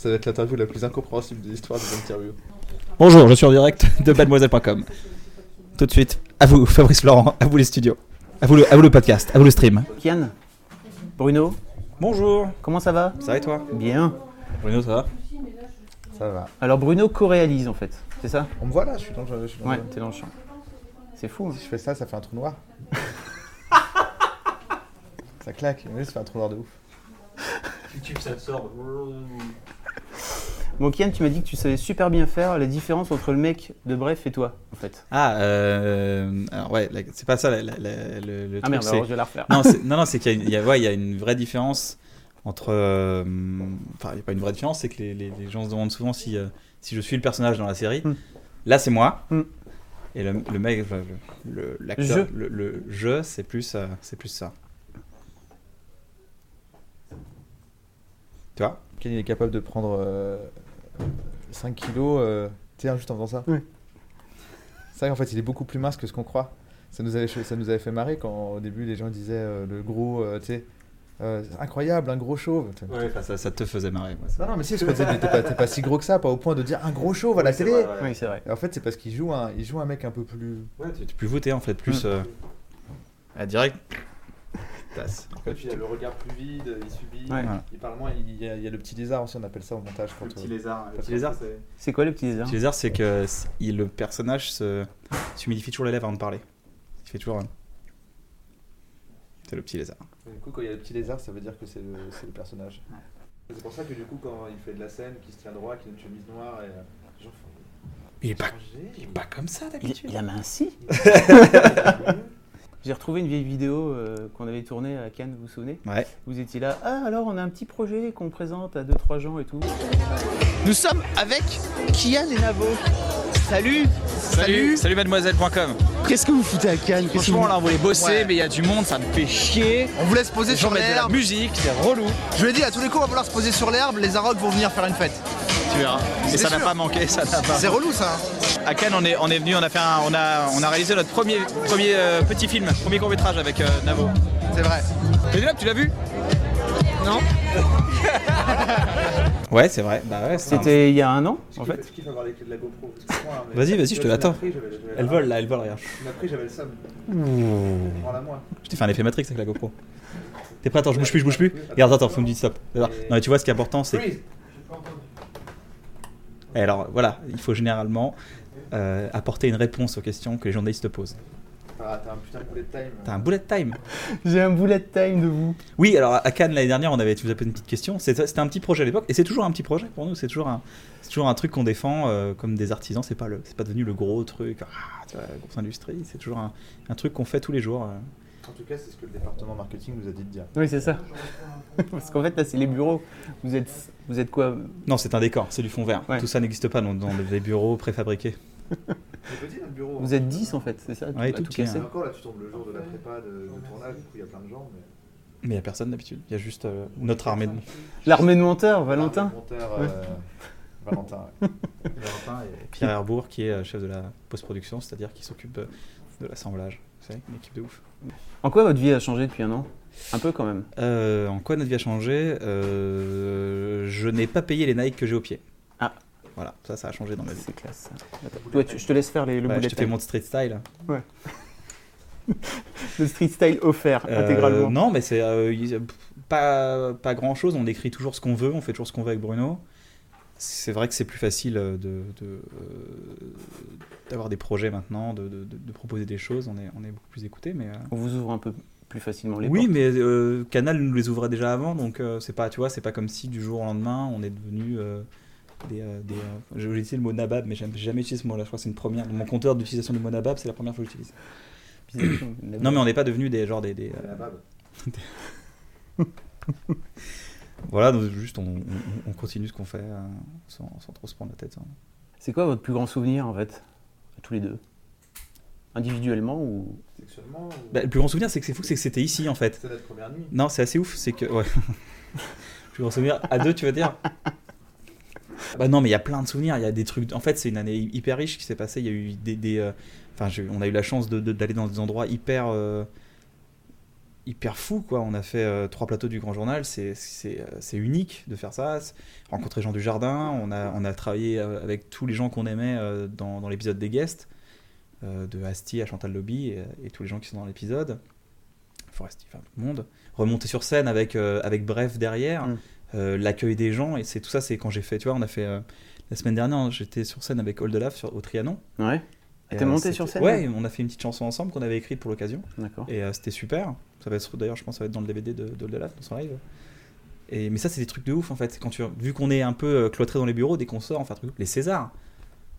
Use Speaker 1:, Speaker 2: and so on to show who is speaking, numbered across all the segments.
Speaker 1: Ça va être l'interview la plus incompréhensible de l'histoire des interviews.
Speaker 2: Bonjour, je suis en direct de mademoiselle.com. Tout de suite, à vous, Fabrice Florent, à vous les studios, à vous le, à vous le podcast, à vous le stream.
Speaker 3: Kian Bruno
Speaker 4: Bonjour,
Speaker 3: Comment ça va
Speaker 4: ça va et toi
Speaker 3: Bien.
Speaker 4: Bruno, ça va
Speaker 1: Ça va.
Speaker 3: Alors Bruno co-réalise en fait, c'est ça
Speaker 1: On me voit là, je suis dans le. je suis dans
Speaker 3: Ouais,
Speaker 1: le-
Speaker 3: t'es dans le champ. C'est fou. hein.
Speaker 1: Si je fais ça, ça fait un trou noir. ça claque, mais ça fait un trou noir de ouf.
Speaker 5: YouTube, ça sort.
Speaker 3: Bon Kian, tu m'as dit que tu savais super bien faire la différence entre le mec de Bref et toi en fait.
Speaker 2: Ah, euh, alors ouais, la- c'est pas ça la- la- la- le, le
Speaker 3: Ah
Speaker 2: truc,
Speaker 3: merde,
Speaker 4: bah
Speaker 2: c'est-
Speaker 3: alors je vais la refaire.
Speaker 2: non, c'est- non, non, c'est qu'il y, a une- il y a- ouais, il y a une vraie différence entre. euh, Enfin, il n'y a pas une vraie différence, c'est que les, les- les gens se demandent souvent si, euh, si je suis le personnage dans la série.
Speaker 3: Hmm.
Speaker 2: Là, c'est moi.
Speaker 3: Hmm.
Speaker 2: Et le, le mec, enfin, le- le- l'acteur,
Speaker 3: Je.
Speaker 2: le, le je, c'est plus, euh, c'est plus ça. Tu vois
Speaker 1: Ken, il est capable de prendre euh, 5 kilos, euh, tiens, juste en faisant ça.
Speaker 3: Ouais.
Speaker 1: C'est vrai qu'en fait, il est beaucoup plus mince que ce qu'on croit. Ça nous avait, fait- ça nous avait fait marrer quand au début les gens disaient euh, le gros, euh, tu sais, euh, c'est incroyable, un gros chauve.
Speaker 2: Enfin, ça, ça te faisait marrer. Moi, ça.
Speaker 1: Non, non, mais si, parce qu'on disait, mais t'es pas, t'es pas si gros que ça, pas au point de dire un gros chauve à la télé.
Speaker 3: Oui, c'est vrai.
Speaker 1: Et en fait, c'est parce qu'il joue, un, il joue un mec un peu plus.
Speaker 2: Tu plus voté en fait, plus. euh, ah, direct. Tasse.
Speaker 1: En fait, il a le regard plus vide, il subit,
Speaker 3: Ouais.
Speaker 1: il parle moins. Il y, a, il y a le petit lézard aussi, on appelle ça au montage. Quand on-
Speaker 5: lézard. Le
Speaker 2: petit lézard.
Speaker 3: C'est quoi le petit désert
Speaker 2: Ce qui est bizarre, c'est que s- il- le personnage se s'humidifie toujours les lèvres avant de parler. Il fait toujours. un- C'est le petit lézard.
Speaker 1: Du coup, quand il y a le petit lézard, ça veut dire que c'est le, c'est le personnage.
Speaker 5: C'est pour ça que du coup, quand il fait de la scène, qu'il se tient droit, qu'il a une chemise noire, et euh, les gens font.
Speaker 2: Il est pas,
Speaker 5: Changé.
Speaker 2: il est
Speaker 6: Bah,
Speaker 2: pas comme ça
Speaker 3: il,
Speaker 2: d'habitude.
Speaker 3: il a minci J'ai retrouvé une vieille vidéo euh, qu'on avait tournée à Cannes, vous vous souvenez
Speaker 2: Ouais.
Speaker 3: Vous étiez là, ah alors on a un petit projet qu'on présente à 2-3 gens et tout.
Speaker 7: Nous sommes avec Kian et Navo. Salut
Speaker 6: Salut, salut mademoiselle.com.
Speaker 7: Qu'est-ce que vous foutez à Cannes Qu'est-ce que
Speaker 6: Franchement, là, on voulait bosser,
Speaker 7: Ouais.
Speaker 6: mais il y a du monde, ça me fait chier.
Speaker 7: vous- On vous laisse poser
Speaker 6: Les gens
Speaker 7: sur
Speaker 6: mettent de la
Speaker 7: l'herbe.
Speaker 6: musique, c'est relou.
Speaker 7: Je l'ai dit, à tous les coups, on va vouloir se poser sur l'herbe. Les Arocs vont venir faire une fête.
Speaker 6: Tu verras. Et ça n'a
Speaker 7: sûr.
Speaker 6: pas manqué, ça n'a pas.
Speaker 7: C'est relou, ça. hein.
Speaker 6: À Cannes, on est, on est venu, on a fait un- on a, on a réalisé notre premier, premier euh, petit film, premier court métrage avec euh, Navo.
Speaker 7: C'est vrai.
Speaker 6: Et là, tu l'as vu
Speaker 2: Ouais, c'est vrai. Bah ouais. c'est un-
Speaker 3: C'était il y a un an en
Speaker 5: En
Speaker 3: fait
Speaker 5: fait, je kiffe avoir les clés de la GoPro. parce que moi, hein, mais-
Speaker 2: Vas-y, vas-y, je te l'attends.
Speaker 5: Après, j'avais le-
Speaker 2: Elle vole là, elle vole regarde.
Speaker 5: Après, j'avais le somme. Prends-la moi.
Speaker 2: Je t'ai fait un effet Matrix avec la GoPro. T'es prêt Attends, je bouge plus, je bouge plus. Regarde, attends, faut me dire stop. Non mais tu vois, ce qui est important, c'est
Speaker 5: Freeze
Speaker 2: Et alors voilà, il faut généralement euh, apporter une réponse aux questions que les journalistes te posent.
Speaker 5: Ah, T'as un putain de bullet time.
Speaker 2: T'as un bullet time.
Speaker 3: J'ai un bullet time de vous.
Speaker 2: Oui, alors à Cannes l'année dernière, on avait, tu vous as posé une petite question. C'est- C'était un petit projet à l'époque, et c'est toujours un petit projet pour nous. C'est toujours un, c'est toujours un truc qu'on défend euh, comme des artisans. C'est pas le, c'est pas devenu le gros truc, ah, tu vois, la grosse industrie. C'est toujours un, un truc qu'on fait tous les jours. euh.
Speaker 5: En tout cas, c'est ce que le
Speaker 1: Le
Speaker 5: département.
Speaker 1: département marketing nous a dit de dire.
Speaker 3: Oui, c'est ça. Parce qu'en fait, là, c'est les bureaux. Vous êtes, vous êtes quoi
Speaker 2: Non, c'est un décor, c'est du fond vert.
Speaker 3: Ouais.
Speaker 2: Tout ça n'existe pas dans, dans les bureaux préfabriqués.
Speaker 5: C'est petit dans le bureau. hein.
Speaker 3: Vous êtes 10 en fait, c'est ça
Speaker 2: Ouais,
Speaker 3: à
Speaker 2: tout hein. petit,
Speaker 3: casser.
Speaker 5: Et encore là, tu tombes le jour de la prépa de, de tournage, du coup, il y a plein de gens. Mais...
Speaker 2: Mais il y a personne d'habitude. Il y a juste euh, notre armée de.
Speaker 3: L'armée de monteurs, Valentin.
Speaker 1: Le monteur, euh, Valentin. ouais.
Speaker 2: Pierre Herbourg qui est euh, chef de la post-production, c'est-à-dire qui s'occupe euh, de l'assemblage. C'est une équipe de ouf.
Speaker 3: En quoi votre vie a changé depuis un an Un peu quand même.
Speaker 2: Euh, en quoi notre vie a changé Euh, Je n'ai pas payé les Nike que j'ai au pied.
Speaker 3: Ah.
Speaker 2: Voilà, ça, ça a changé dans ma vie.
Speaker 3: C'est classe. ça. Attends, toi, tu- je te laisse faire les, le
Speaker 2: Ouais,
Speaker 3: bullet
Speaker 2: je te fais
Speaker 3: time.
Speaker 2: mon street style.
Speaker 3: Le street style offert
Speaker 2: Euh,
Speaker 3: intégralement.
Speaker 2: Non, mais c'est euh, il- pff, pas, pas grand chose. On écrit toujours ce qu'on veut, on fait toujours ce qu'on veut avec Bruno. C'est vrai que c'est plus facile euh, de, de, euh, d'avoir des projets maintenant, de, de- de- de proposer des choses. On est, on est beaucoup plus écouté, mais. euh,
Speaker 3: On vous ouvre un peu plus facilement les
Speaker 2: oui,
Speaker 3: portes.
Speaker 2: mais euh, Canal nous les ouvrait déjà avant, donc euh, c'est pas, tu vois, c'est pas comme si du jour au lendemain on est devenu euh, des. euh, des, euh, j'ai utilisé le mot nabab, mais j'ai j'ai jamais utilisé ce mot-là. Je crois que c'est une première. Mon compteur d'utilisation du mot nabab, c'est la première fois que j'utilise. Non, mais on n'est pas devenu des genre des. des, euh,
Speaker 5: C'est la bab.
Speaker 2: Voilà, donc juste on, on- on continue ce qu'on fait euh, sans, sans trop se prendre la tête. hein.
Speaker 3: C'est quoi votre plus grand souvenir en fait à Tous les deux Individuellement ou.
Speaker 5: Sexuellement ou...
Speaker 2: Bah, le plus grand souvenir, c'est que c'est fou, c'est que c'était ici en fait.
Speaker 5: C'était notre première nuit.
Speaker 2: Non, c'est assez ouf, c'est que. Ouais. je vais en souvenir. À deux, tu veux dire Bah non, mais il y a plein de souvenirs. Il y a des trucs. En fait, c'est une année hyper riche qui s'est passée. Il y a eu des. des, euh, Enfin, j'ai- on a eu la chance de- de- d'aller dans des endroits hyper. euh, hyper fous, quoi. On a fait euh, trois plateaux du Grand Journal. C'est- C'est euh, c'est unique de faire ça. C'est- Rencontrer gens du jardin. On a, on a travaillé euh, avec tous les gens qu'on aimait euh, dans, dans l'épisode des guests. euh, de Asti à Chantal Lobby et, et tous les gens qui sont dans l'épisode. Foresti, enfin tout le monde remonter sur scène avec, euh, avec Bref derrière,
Speaker 3: Mm.
Speaker 2: euh, l'accueil des gens, et c'est tout ça, c'est quand j'ai fait, tu vois, on a fait, euh, la semaine dernière, hein, j'étais sur scène avec Old Love sur, au Trianon.
Speaker 3: Ouais.
Speaker 2: Et,
Speaker 3: Ah, T'es
Speaker 2: euh,
Speaker 3: monté
Speaker 2: c'était-
Speaker 3: sur scène
Speaker 2: Ouais, on a fait une petite chanson ensemble qu'on avait écrite pour l'occasion,
Speaker 3: D'accord.
Speaker 2: et euh, c'était super. Ça va être, d'ailleurs, je pense, que ça va être dans le DVD de, de Old Love, dans son live. Et, mais ça, c'est des trucs de ouf, en fait. Quand tu, vu qu'on est un peu euh, cloîtré dans les bureaux, dès qu'on sort, enfin, truc, les Césars.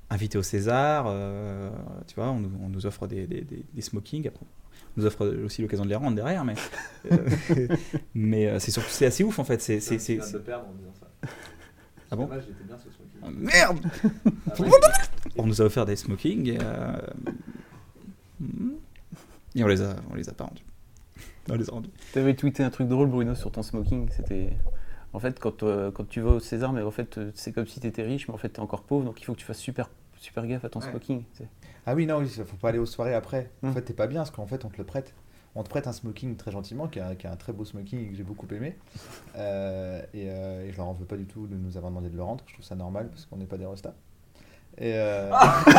Speaker 2: Invité au César, euh, tu vois, on, nous- on nous offre des, des, des, des smokings, après, on nous offre aussi l'occasion de les rendre derrière, mais euh, mais euh, c'est surtout c'est assez ouf en fait. C'est c'est- c'est-
Speaker 5: Je viens de le perdre en disant ça.
Speaker 2: Ah bon
Speaker 5: Dommage, j'étais bien ce truc.
Speaker 2: c'est- merde.
Speaker 5: Ah ouais,
Speaker 2: On nous a offert des smokings et, euh, hmm. et on les a on les a pas rendus. On les a rendus.
Speaker 3: T'avais tweeté un truc drôle, Bruno, sur ton smoking. C'était. En fait, quand, euh, quand tu vas au César, mais en fait, euh, c'est comme si t'étais riche, mais en fait, t'es encore pauvre, donc il faut que tu fasses super, super gaffe à ton
Speaker 1: Ouais.
Speaker 3: smoking. tu sais.
Speaker 1: Ah oui, non, oui, faut pas aller aux soirées après. En
Speaker 3: Hmm.
Speaker 1: fait, t'es pas bien parce qu'en fait, on te le prête. On te prête un smoking très gentiment, qui est un, qui est un très beau smoking et que j'ai beaucoup aimé. Euh, et, euh, et je leur en veux pas du tout de nous avoir demandé de le rendre. Je trouve ça normal parce qu'on n'est pas des restas. Et euh,
Speaker 5: faut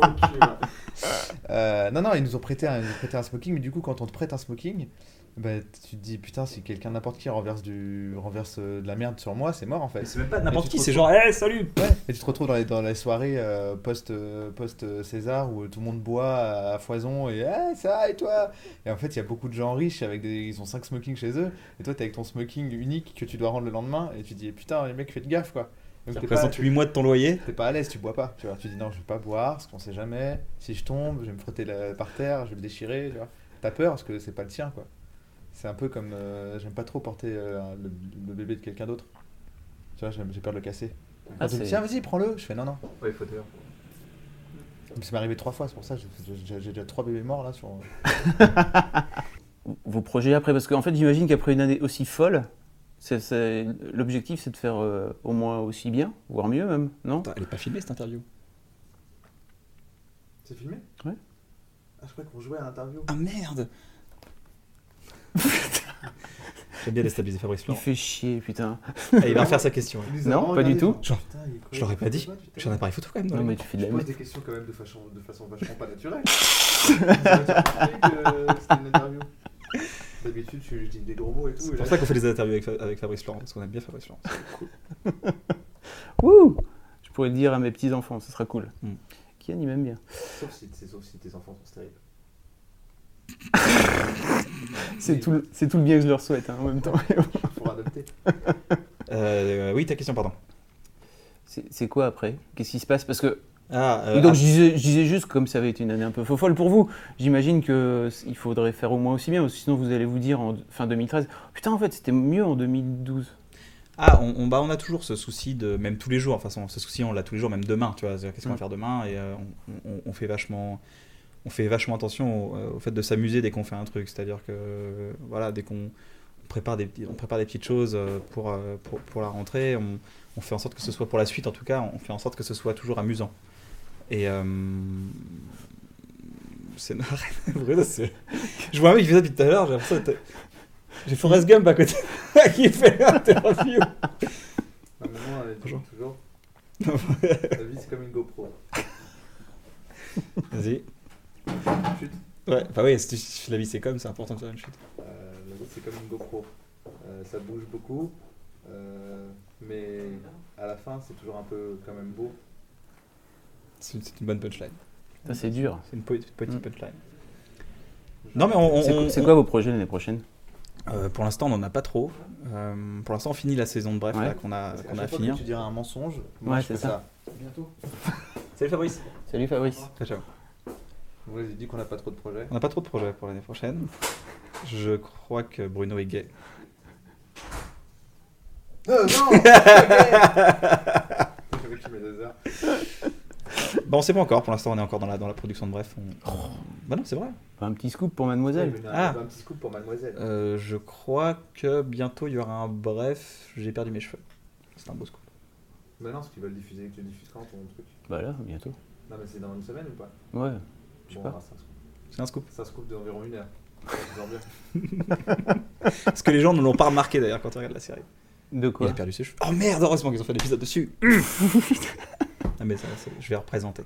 Speaker 5: le cul, ouais.
Speaker 1: euh, non, non, ils nous ont prêté un, ils nous ont prêté un smoking, mais du coup, quand on te prête un smoking, bah, tu te dis putain, si quelqu'un n'importe qui renverse, du, renverse euh, de la merde sur moi, c'est mort en fait.
Speaker 2: Mais C'est même pas
Speaker 1: Et
Speaker 2: n'importe
Speaker 1: tu
Speaker 2: qui,
Speaker 1: te
Speaker 2: c'est genre hey, salut.
Speaker 1: Ouais, et tu te retrouves dans les, dans les soirées euh, post, euh, post euh, César où tout le monde boit à, à foison et ah, ça va, et toi et en fait il y a beaucoup de gens riches avec des ils ont 5 smokings chez eux et toi t'es avec ton smoking unique que tu dois rendre le lendemain et tu dis putain les mecs faites gaffe quoi donc
Speaker 2: Ça
Speaker 1: t'es pas,
Speaker 2: représente 8 mois de ton loyer.
Speaker 1: t'es pas à l'aise tu bois pas tu vois tu dis non je vais pas boire parce qu'on sait jamais si je tombe je vais me frotter la- par terre je vais me déchirer tu vois t'as peur parce que c'est pas le tien quoi c'est un peu comme euh, j'aime pas trop porter euh, le, le bébé de quelqu'un d'autre tu vois j'aime- j'ai peur de le casser Quand on
Speaker 3: Ah,
Speaker 1: me dit,
Speaker 3: c'est-
Speaker 1: tiens vas-y prends-le je fais non non
Speaker 5: Ouais, il faut dire.
Speaker 1: ça m'est arrivé trois fois, c'est pour ça que j'ai- j'ai j'ai déjà trois bébés morts là sur. euh.
Speaker 3: Vos projets après, parce qu'en fait, j'imagine qu'après une année aussi folle, c'est- c'est- l'objectif, c'est de faire euh, au moins aussi bien, voire mieux même, non
Speaker 2: Attends, elle est pas filmée cette interview.
Speaker 5: C'est filmé
Speaker 3: Ouais.
Speaker 5: Ah, je croyais qu'on jouait à l'interview.
Speaker 2: Ah merde. J'aime bien déstabiliser Fabrice
Speaker 3: Il
Speaker 2: Florent.
Speaker 3: fait chier, putain.
Speaker 2: Ah, il va refaire sa question.
Speaker 5: Il nous a
Speaker 3: Non,
Speaker 5: vraiment
Speaker 3: pas du
Speaker 5: regardé, genre,
Speaker 3: tout.
Speaker 2: Genre,
Speaker 5: putain, il est quoi,
Speaker 2: je l'aurais
Speaker 5: il
Speaker 2: pas
Speaker 5: fait
Speaker 2: dit.
Speaker 5: quoi, putain
Speaker 2: J'ai un appareil photo quand même. dans
Speaker 3: Non,
Speaker 2: la
Speaker 3: mais tu fais de
Speaker 5: Je
Speaker 3: la
Speaker 5: pose
Speaker 3: merde.
Speaker 5: des questions quand même de façon, de façon vachement pas naturelle. que c'était une interview. D'habitude, je, je dis des gros mots et tout.
Speaker 2: C'est
Speaker 5: et
Speaker 2: pour
Speaker 5: là,
Speaker 2: ça qu'on fait les interviews avec, Fa- avec Fabrice Laurent, parce qu'on aime bien Fabrice Laurent.
Speaker 3: Wouh Je pourrais le dire à mes petits-enfants, ce sera cool.
Speaker 2: Mm.
Speaker 3: Kian, il m'aime bien.
Speaker 5: Sauf si, c'est- sauf si tes enfants sont stériles.
Speaker 3: C'est tout, le- c'est tout le bien que je leur souhaite hein, en même temps.
Speaker 5: Il faut adopter.
Speaker 2: Euh, oui, ta question, pardon.
Speaker 3: C'est c'est quoi après Qu'est-ce qui se passe Parce que
Speaker 2: Ah, euh,
Speaker 3: Et donc
Speaker 2: ah,
Speaker 3: je disais, je disais juste que comme ça avait été une année un peu folle pour vous, j'imagine que c- il faudrait faire au moins aussi bien, parce que sinon vous allez vous dire en fin 2013, putain en fait c'était mieux en 2012.
Speaker 2: ah, on, on- bah, on a toujours ce souci de, même tous les jours, enfin, on- ce souci on l'a tous les jours, même demain, tu vois, c'est-à-dire, qu'est-ce qu'on
Speaker 3: Mm.
Speaker 2: va faire demain, et euh, on, on- on fait vachement... On fait vachement attention au, euh, au fait de s'amuser dès qu'on fait un truc, c'est-à-dire que euh, voilà, dès qu'on on prépare des petits- on prépare des petites choses euh, pour, euh, pour, pour la rentrée, on, on fait en sorte que ce soit pour la suite, en tout cas, on fait en sorte que ce soit toujours amusant. Et euh, c'est Arrête, Bruno, c'est- je vois un mec qui fait ça depuis tout à l'heure, j'ai l'impression d'être- j'ai Forrest Gump à côté qui fait l'interview.
Speaker 5: À un moment, elle dit
Speaker 2: Bonjour.
Speaker 5: euh, toujours. La vie, c'est comme une GoPro.
Speaker 2: Vas-y.
Speaker 5: Chute.
Speaker 2: Ouais, bah oui, si tu- si la vie c'est comme, c'est important de faire une chute.
Speaker 5: Euh, la vie, c'est comme une GoPro. Euh, ça bouge beaucoup, euh, mais à la fin, c'est toujours un peu quand même
Speaker 2: Euh,
Speaker 5: beau.
Speaker 2: C'est c'est une bonne punchline.
Speaker 3: Ça c'est dur.
Speaker 2: C'est une po- petite
Speaker 3: Mm.
Speaker 2: punchline. Non mais on... on-
Speaker 3: C'est
Speaker 2: on-
Speaker 3: quoi- c'est quoi vos projets l'année prochaine
Speaker 2: Euh, Pour l'instant on n'en a pas trop. Euh, pour l'instant on finit la saison de Bref
Speaker 3: Ouais.
Speaker 2: là, qu'on a,
Speaker 1: Parce qu'à
Speaker 2: qu'on a
Speaker 1: chaque
Speaker 2: hein. à
Speaker 1: fois
Speaker 2: finir.
Speaker 1: que tu dirais un mensonge. moi,
Speaker 3: Ouais,
Speaker 1: je fais
Speaker 3: c'est ça.
Speaker 5: Bientôt.
Speaker 2: Salut Fabrice.
Speaker 3: Salut Fabrice.
Speaker 2: ciao.
Speaker 5: Moi, j'ai dit qu'on n'a pas trop de projets.
Speaker 2: On n'a pas trop de projets pour l'année prochaine. Je crois que Bruno est gay.
Speaker 1: Euh, non J'avais tué mes hasards.
Speaker 2: Bah, on sait pas encore, pour l'instant, on est encore dans la, dans la production de Bref. on- Bah non, c'est vrai.
Speaker 3: Un petit scoop pour
Speaker 1: Ouais,
Speaker 3: mademoiselle.
Speaker 1: mais j'ai
Speaker 2: Ah.
Speaker 1: Un un petit scoop pour mademoiselle.
Speaker 2: Euh, je crois que bientôt il y aura un Bref, j'ai perdu mes cheveux. C'est un beau scoop.
Speaker 1: Mais Bah non, si tu vas le diffuser, tu le diffuses quand ton truc
Speaker 3: Bah là, bientôt.
Speaker 1: Non, mais c'est dans une semaine ou pas
Speaker 3: Ouais.
Speaker 1: Je
Speaker 3: sais pas.
Speaker 1: ça, se coupe-
Speaker 2: C'est un scoop.
Speaker 1: ça se coupe d'environ une heure. Ils ont bien.
Speaker 2: Parce que les gens ne l'ont pas remarqué d'ailleurs quand ils regardent la série.
Speaker 3: De
Speaker 2: Il
Speaker 3: quoi
Speaker 2: a perdu ses cheveux. Oh merde, heureusement qu'ils ont fait l'épisode dessus. ah mais ça, c'est- je vais représenter.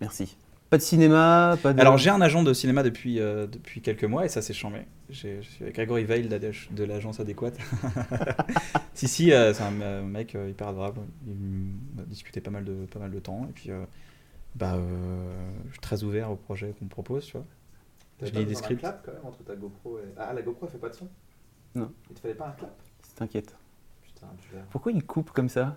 Speaker 3: Merci. Pas de cinéma, pas de.
Speaker 2: Alors j'ai un agent de cinéma depuis, euh, depuis quelques mois et ça c'est chambé. J'ai- Je suis avec Grégory Veil d'Adèche- de l'agence adéquate. si si, euh, c'est un euh, mec euh, hyper adorable. Il m'a discuté pas mal de, pas mal de temps et puis euh, bah, euh, je suis très ouvert au projet qu'on me propose. Tu vois.
Speaker 1: T'avais
Speaker 2: Je
Speaker 1: pas
Speaker 2: lis
Speaker 1: besoin
Speaker 2: des
Speaker 1: d'un
Speaker 2: scripts.
Speaker 1: clap quand même entre ta GoPro et. Ah, la GoPro elle fait pas de son
Speaker 3: Non.
Speaker 1: Il te fallait pas un clap
Speaker 3: T'inquiète.
Speaker 1: Putain, tu l'as.
Speaker 3: Pourquoi il coupe comme ça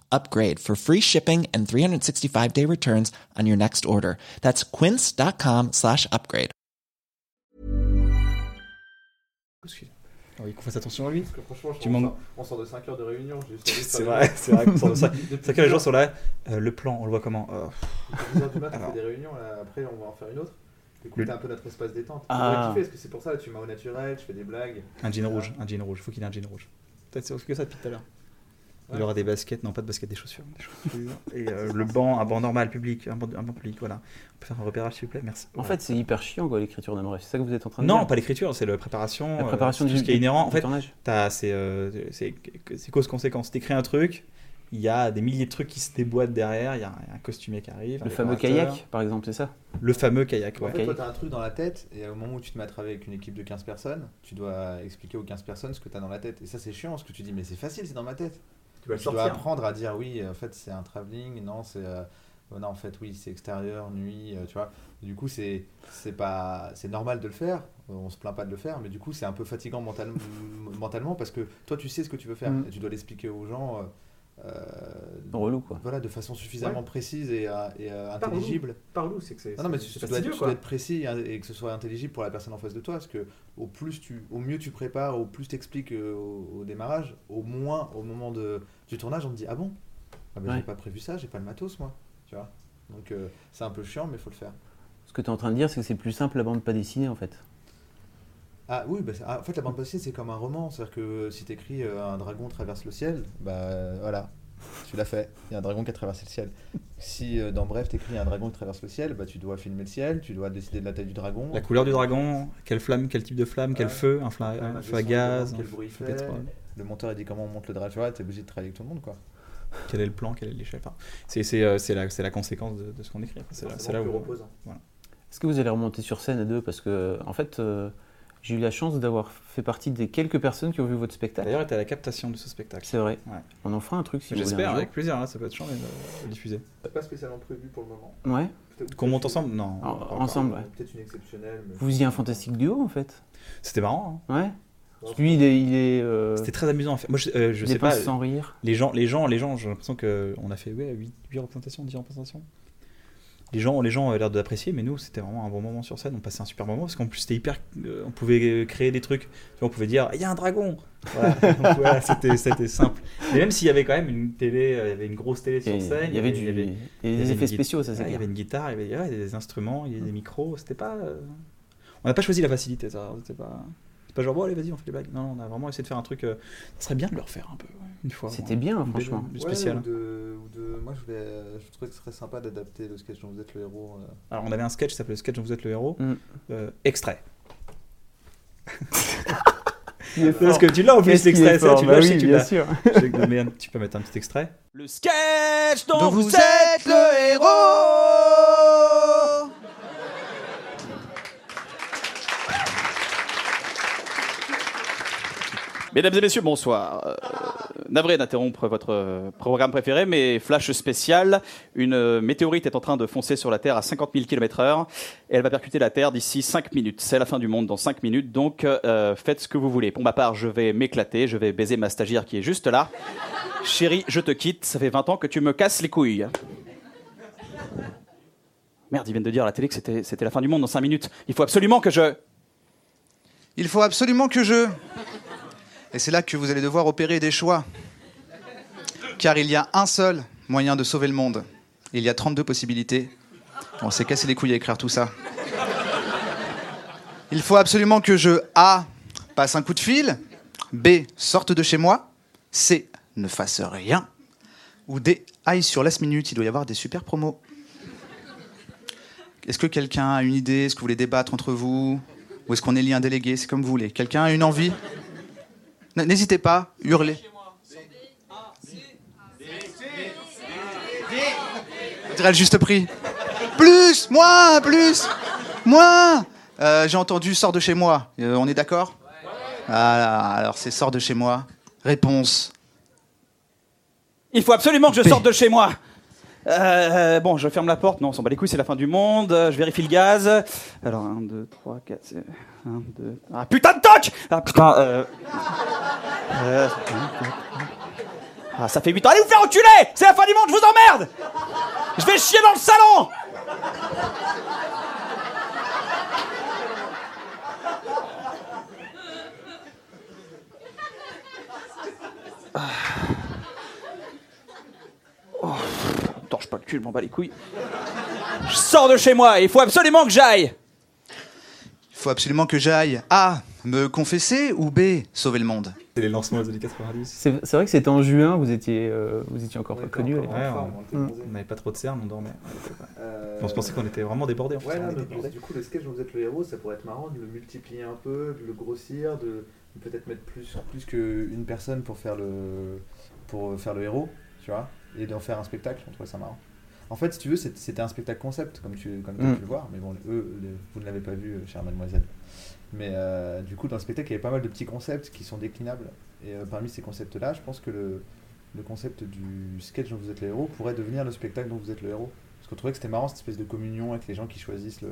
Speaker 4: upgrade for free shipping and 365 day returns on your next order. That's quince.com slash upgrade.
Speaker 2: Alors, Oh, il faut faire attention à lui.
Speaker 1: Parce que franchement, je
Speaker 2: Tu
Speaker 1: on,
Speaker 2: manques-
Speaker 1: sort, on sort de 5 heures de réunion. j'ai juste envie de
Speaker 2: C'est
Speaker 1: faire-
Speaker 2: vrai, c'est vrai qu'on sort de ça.
Speaker 1: Depuis
Speaker 2: C'est que les gens sont là. euh, le plan, on le voit comment Euh,
Speaker 1: 10 heures du matin, on
Speaker 2: Alors.
Speaker 1: fait des réunions. là, après, on va en faire une autre. Écoute,
Speaker 2: Le-
Speaker 1: t'as un peu notre espace détente. Ah.
Speaker 3: Ah.
Speaker 1: Kiffer, parce que c'est pour ça, là, tu m'as au naturel, je fais des blagues.
Speaker 2: Un jean rouge, un jean rouge, faut qu'il ait un jean rouge. Peut-être c'est que ça depuis tout à l'heure. Il
Speaker 1: Ouais.
Speaker 2: aura des baskets, non pas de baskets, des chaussures. des chaussures. Et euh, le banc, un banc normal, public, un banc, un banc public, voilà. On peut faire un repérage s'il vous plaît, merci.
Speaker 3: En
Speaker 2: Voilà.
Speaker 3: fait, c'est hyper chiant quoi l'écriture d'un bref. C'est ça que vous êtes en train de
Speaker 2: non,
Speaker 3: dire
Speaker 2: pas l'écriture, c'est la préparation.
Speaker 3: La
Speaker 2: euh,
Speaker 3: préparation
Speaker 2: c'est
Speaker 3: du
Speaker 2: tout ce qui est inhérent. En
Speaker 3: du
Speaker 2: fait,
Speaker 3: tournage.
Speaker 2: t'as- c'est euh, c'est- c'est cause-conséquence. T'écris un truc, il y a des milliers de trucs qui se déboîtent derrière, il y a un costumier qui arrive. un
Speaker 3: Le fameux
Speaker 2: décorateur.
Speaker 3: kayak, par exemple, c'est ça
Speaker 2: Le fameux kayak,
Speaker 1: En
Speaker 2: ouais.
Speaker 1: fait, toi, t'as un truc dans la tête, et au moment où tu te mets à travailler avec une équipe de 15 personnes, tu dois expliquer aux 15 personnes ce que t'as dans la tête. Et ça, c'est chiant, parce que tu dis, mais c'est facile, c'est dans ma tête. Tu vas le
Speaker 8: Tu
Speaker 1: sortir.
Speaker 8: dois apprendre.
Speaker 1: apprendre à dire oui, en fait c'est un travelling, non c'est euh, euh, non en fait oui c'est extérieur, nuit, euh, tu vois. Du coup c'est c'est pas c'est normal de le faire, euh, on se plaint pas de le faire, mais du coup c'est un peu fatigant mentalement mentalement parce que toi tu sais ce que tu veux faire
Speaker 3: Mm.
Speaker 1: et tu dois l'expliquer aux gens. euh, euh,
Speaker 3: Relou quoi.
Speaker 1: voilà, de façon suffisamment précise et, euh, et, euh,
Speaker 8: Par où
Speaker 1: intelligible.
Speaker 8: Par où c'est que c'est.
Speaker 1: Ah Non, non, mais
Speaker 8: c'est-
Speaker 1: tu,
Speaker 8: c'est
Speaker 1: tu dois,
Speaker 8: fastidieux,
Speaker 1: être- tu
Speaker 8: quoi.
Speaker 1: dois être précis hein, et que ce soit intelligible pour la personne en face de toi, parce que au plus tu, au mieux tu prépares, au plus t'expliques euh, au, au démarrage, au moins au moment de, du tournage, on te dit ah bon, ah ben,
Speaker 3: Ouais.
Speaker 1: j'ai pas prévu ça, j'ai pas le matos moi, tu vois. Donc euh, c'est un peu chiant, mais faut le faire.
Speaker 3: Ce que tu es en train de dire, c'est que c'est plus simple la bande pas dessinée en fait.
Speaker 1: Ah oui, bah, c'est- ah, en fait la bande dessinée c'est comme un roman, c'est-à-dire que si t'écris euh, un dragon traverse le ciel, bah euh, voilà, tu l'as fait. Il y a un dragon qui a traversé le ciel. Si euh, dans bref t'écris un dragon qui traverse le ciel, bah tu dois filmer le ciel, tu dois décider de la taille du dragon.
Speaker 2: La couleur du dragon, quelle flamme, quel type de flamme, quel
Speaker 1: Ouais.
Speaker 2: feu, un fla-
Speaker 1: Ah,
Speaker 2: un
Speaker 1: la
Speaker 2: feu à
Speaker 1: descente,
Speaker 2: gaz,
Speaker 1: le
Speaker 2: un
Speaker 1: quel bruit il
Speaker 2: feu à
Speaker 1: fait.
Speaker 2: pétrole.
Speaker 1: le monteur il dit comment on monte le drive, tu vois, t'es obligé de travailler avec tout le monde quoi.
Speaker 2: quel est le plan, quelle est l'échelle. Enfin, c'est c'est, euh, c'est la, c'est la conséquence de, de ce qu'on écrit. Enfin, C'est là, c'est là où.
Speaker 3: Est-ce que vous allez remonter sur scène à deux Parce que en fait, euh, j'ai eu la chance d'avoir fait partie des quelques personnes qui ont vu votre spectacle.
Speaker 2: D'ailleurs, était à la captation de ce spectacle.
Speaker 3: C'est vrai.
Speaker 2: Ouais.
Speaker 3: On en fera un truc si vous voulez.
Speaker 2: J'espère,
Speaker 3: un jour.
Speaker 2: avec plaisir, hein, ça peut être chiant mais euh, de diffuser.
Speaker 1: C'est pas spécialement prévu pour le moment.
Speaker 3: Ouais.
Speaker 1: Peut-être-
Speaker 2: Qu'on monte
Speaker 1: peut-être
Speaker 2: ensemble Non.
Speaker 3: En-
Speaker 2: pas encore.
Speaker 3: ensemble.
Speaker 1: une-
Speaker 3: ouais.
Speaker 1: Peut-être une exceptionnelle. Mais...
Speaker 3: Vous faisiez un fantastique duo en fait.
Speaker 2: C'était marrant. hein.
Speaker 3: Ouais. Parce que Lui, il est, il est. euh,
Speaker 2: C'était très amusant à faire. Moi, je, euh, je
Speaker 3: il
Speaker 2: sais pas.
Speaker 3: dépense sans rire.
Speaker 2: Les gens, les gens, les gens, j'ai l'impression qu'on a fait ouais, 8, représentations, 10 représentations. Les gens, les gens avaient l'air d'apprécier, mais nous, c'était vraiment un bon moment sur scène. On passait un super moment parce qu'en plus, c'était hyper. euh, on pouvait créer des trucs. Tu vois, on pouvait dire, il y a un dragon Voilà, Donc, voilà, c'était c'était simple. Mais même s'il y avait quand même une télé, euh, il y avait une grosse télé sur
Speaker 3: Et
Speaker 2: scène.
Speaker 3: il y avait du,
Speaker 2: il y
Speaker 3: des
Speaker 2: avait
Speaker 3: effets
Speaker 2: une guitare.
Speaker 3: spéciaux, ça c'est
Speaker 2: Ouais, il y
Speaker 3: clair. Mm.
Speaker 2: avait une guitare, il y avait, ouais, il y avait des instruments, il y avait des micros. C'était pas. euh, On n'a pas choisi la facilité, ça. C'était pas. C'est pas genre, bon, allez, vas-y, on fait les blagues. Non, non, on a vraiment essayé de faire un truc. euh, Ça serait bien de le refaire un peu, ouais, une fois.
Speaker 3: C'était bien, franchement.
Speaker 2: Plus
Speaker 1: Ouais,
Speaker 2: spécial.
Speaker 1: ou de, ou de- Moi je, voulais... je trouvais que ce serait sympa d'adapter le sketch dont vous êtes le héros. euh.
Speaker 2: Alors, on avait un sketch qui s'appelait Sketch dont vous êtes le héros.
Speaker 3: Mm.
Speaker 2: Euh, extrait.
Speaker 3: Il est Bah
Speaker 2: Parce que tu l'as en plus, l'extrait. ça, Tu l'as, je sais que tu l'as.
Speaker 3: sûr.
Speaker 2: Je sais que- mais, euh, Tu peux mettre un petit extrait.
Speaker 6: Le sketch dont,
Speaker 4: Dont
Speaker 6: vous,
Speaker 4: vous
Speaker 6: êtes le héros Mesdames et messieurs, bonsoir. Euh, navré d'interrompre votre euh, programme préféré, mais flash spécial. Une euh, météorite est en train de foncer sur la Terre à 50 000 km/h et elle va percuter la Terre d'ici 5 minutes. C'est la fin du monde dans 5 minutes, donc euh, faites ce que vous voulez. Pour ma part, je vais m'éclater, je vais baiser ma stagiaire qui est juste là. Chérie, je te quitte, ça fait 20 ans que tu me casses les couilles. Merde, ils viennent de dire à la télé que c'était c'était la fin du monde dans 5 minutes. Il faut absolument que je.
Speaker 9: Il faut absolument que je. Et c'est là que vous allez devoir opérer des choix. Car il y a un seul moyen de sauver le monde. Il y a 32 possibilités. On s'est cassé les couilles à écrire tout ça. Il faut absolument que je A. passe un coup de fil. B. sorte de chez moi. C. ne fasse rien. Ou D. aille sur Last Minute. Il doit y avoir des super promos. Est-ce que quelqu'un a une idée Est-ce que vous voulez débattre entre vous Ou est-ce qu'on élit un délégué C'est comme vous voulez. Quelqu'un a une envie N- N'hésitez pas, hurlez. On dirait le juste prix. Plus, moi, plus, moi. Euh, J'ai entendu sort de chez moi. Euh, on est d'accord Voilà, alors c'est sort de chez moi. Réponse.
Speaker 6: Il faut absolument que je sorte de chez moi. Euh, bon, je ferme la porte. Non, on s'en bat les couilles, c'est la fin du monde. Euh, Je vérifie le gaz. Alors, 1, 2, 3, 4, 1, 2. Ah, putain de toc Ah, putain, euh. euh, Ah, ça fait 8 ans. Allez vous faire enculer C'est la fin du monde, je vous emmerde Je vais chier dans le salon me torche pas le cul, je m'en bats les couilles. Je sors de chez moi, il faut absolument que j'aille
Speaker 9: Il faut absolument que j'aille A. Me confesser ou B. Sauver le monde
Speaker 2: C'est les lancements des années 90.
Speaker 3: C'est c'est vrai que c'était en juin, vous étiez, euh, vous étiez encore pas connu. à l'époque.
Speaker 2: Ouais,
Speaker 1: Enfin, on était
Speaker 3: Mm.
Speaker 1: bronzés.
Speaker 2: On n'avait pas trop de cernes, on dormait.
Speaker 1: Euh,
Speaker 2: On se pensait qu'on était vraiment débordés. En fait.
Speaker 1: Ouais, non, mais du coup, le sketch dont vous êtes le héros, ça pourrait être marrant de le multiplier un peu, de le grossir, de peut-être mettre plus, plus qu'une personne pour faire, le, pour faire le héros, tu vois, et d'en faire un spectacle. On trouvait ça marrant. En fait, si tu veux, c'est- c'était un spectacle concept, comme tu comme t'as
Speaker 3: Mm.
Speaker 1: pu le voir, mais bon, eux, le- vous ne l'avez pas vu, euh, chère mademoiselle. Mais euh, du coup, dans le spectacle, il y avait pas mal de petits concepts qui sont déclinables. Et euh, parmi ces concepts-là, je pense que le, le concept du sketch dont vous êtes le héros pourrait devenir le spectacle dont vous êtes le héros. Parce qu'on trouvait que c'était marrant cette espèce de communion avec les gens qui choisissent, le,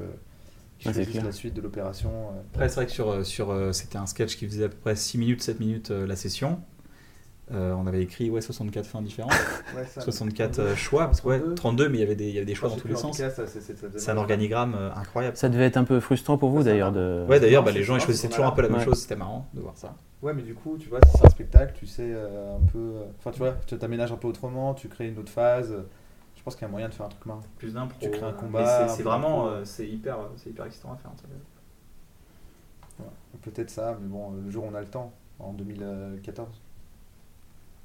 Speaker 1: qui
Speaker 3: Ah, c'est
Speaker 1: choisissent
Speaker 3: clair.
Speaker 1: la suite de l'opération. euh.
Speaker 2: Après, c'est vrai que sur, euh, sur, euh, c'était un sketch qui faisait à peu près 6 minutes, 7 minutes euh, la session. Euh, on avait écrit ouais, 64 fins différentes, 64 euh, choix, parce que ouais, 32, mais il y avait des, il y avait des choix dans tous les sens. C'est un organigramme euh, incroyable.
Speaker 3: Ça devait être un peu frustrant pour vous d'ailleurs de.
Speaker 2: Ouais, d'ailleurs, bah,
Speaker 1: c'est
Speaker 2: les gens ils
Speaker 1: ça,
Speaker 2: choisissaient
Speaker 1: c'est
Speaker 2: toujours un peu la même
Speaker 3: Ouais.
Speaker 2: chose, c'était marrant de voir ça.
Speaker 1: Ouais, mais du coup, tu vois, si c'est un spectacle, tu sais euh, un peu. euh, Enfin, tu vois, tu t'aménages un peu autrement, tu crées une autre phase. euh, Je pense qu'il y a moyen de faire un truc marrant.
Speaker 2: Plus d'impro.
Speaker 1: Tu crées un combat, mais c'est- c'est un peu vraiment, d'impro.
Speaker 2: c'est hyper, hyper excitant à faire.
Speaker 1: Peut-être ça, mais bon, euh, le jour où on a le temps, en 2014.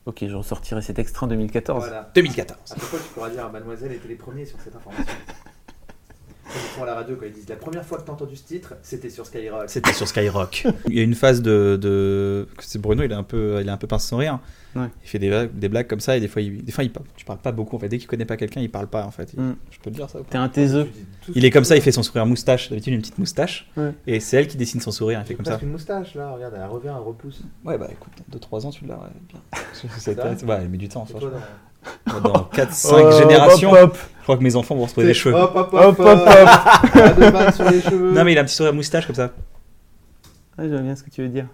Speaker 3: Ok, je ressortirai cet extrait en 2014.
Speaker 2: 2014.
Speaker 1: chaque fois, tu pourras dire, mademoiselle était les premiers sur cette information. Ils font à la radio quand ils disent la première fois que t'as entendu ce titre, c'était sur Skyrock.
Speaker 2: C'était sur Skyrock. Il y a une phase de, de- que c'est Bruno, il est un peu, il est un peu pince sans rire.
Speaker 3: Ouais.
Speaker 2: Il fait des, va- des blagues comme ça et des fois, il, des fois, il parle- tu parles pas beaucoup. En fait, dès qu'il connaît pas quelqu'un, il parle pas. En fait, Il-
Speaker 3: Mm.
Speaker 2: je peux te dire ça. ou pas
Speaker 3: T'es un taiseux.
Speaker 2: Il est comme ça, il fait son sourire moustache. D'habitude, une petite moustache.
Speaker 3: Ouais.
Speaker 2: Et c'est elle qui dessine son sourire. Elle fait comme ça.
Speaker 1: une moustache là, regarde, elle revient, elle repousse.
Speaker 2: Ouais, bah écoute, 2-3 ans, tu l'as. Ouais, bien.
Speaker 1: C'est ça
Speaker 2: ouais, elle met du temps.
Speaker 1: C'est
Speaker 2: ça,
Speaker 1: toi, non
Speaker 2: je crois. Dans 4-5
Speaker 3: Oh,
Speaker 2: générations,
Speaker 3: hop, hop.
Speaker 2: je crois que mes enfants vont retrouver des cheveux.
Speaker 1: Hop hop
Speaker 3: Hop,
Speaker 1: hop,
Speaker 3: hop,
Speaker 1: euh, pas de vanne sur les cheveux.
Speaker 2: Non, mais il a un petit sourire moustache comme ça.
Speaker 3: Ah, je vois bien ce que tu veux dire.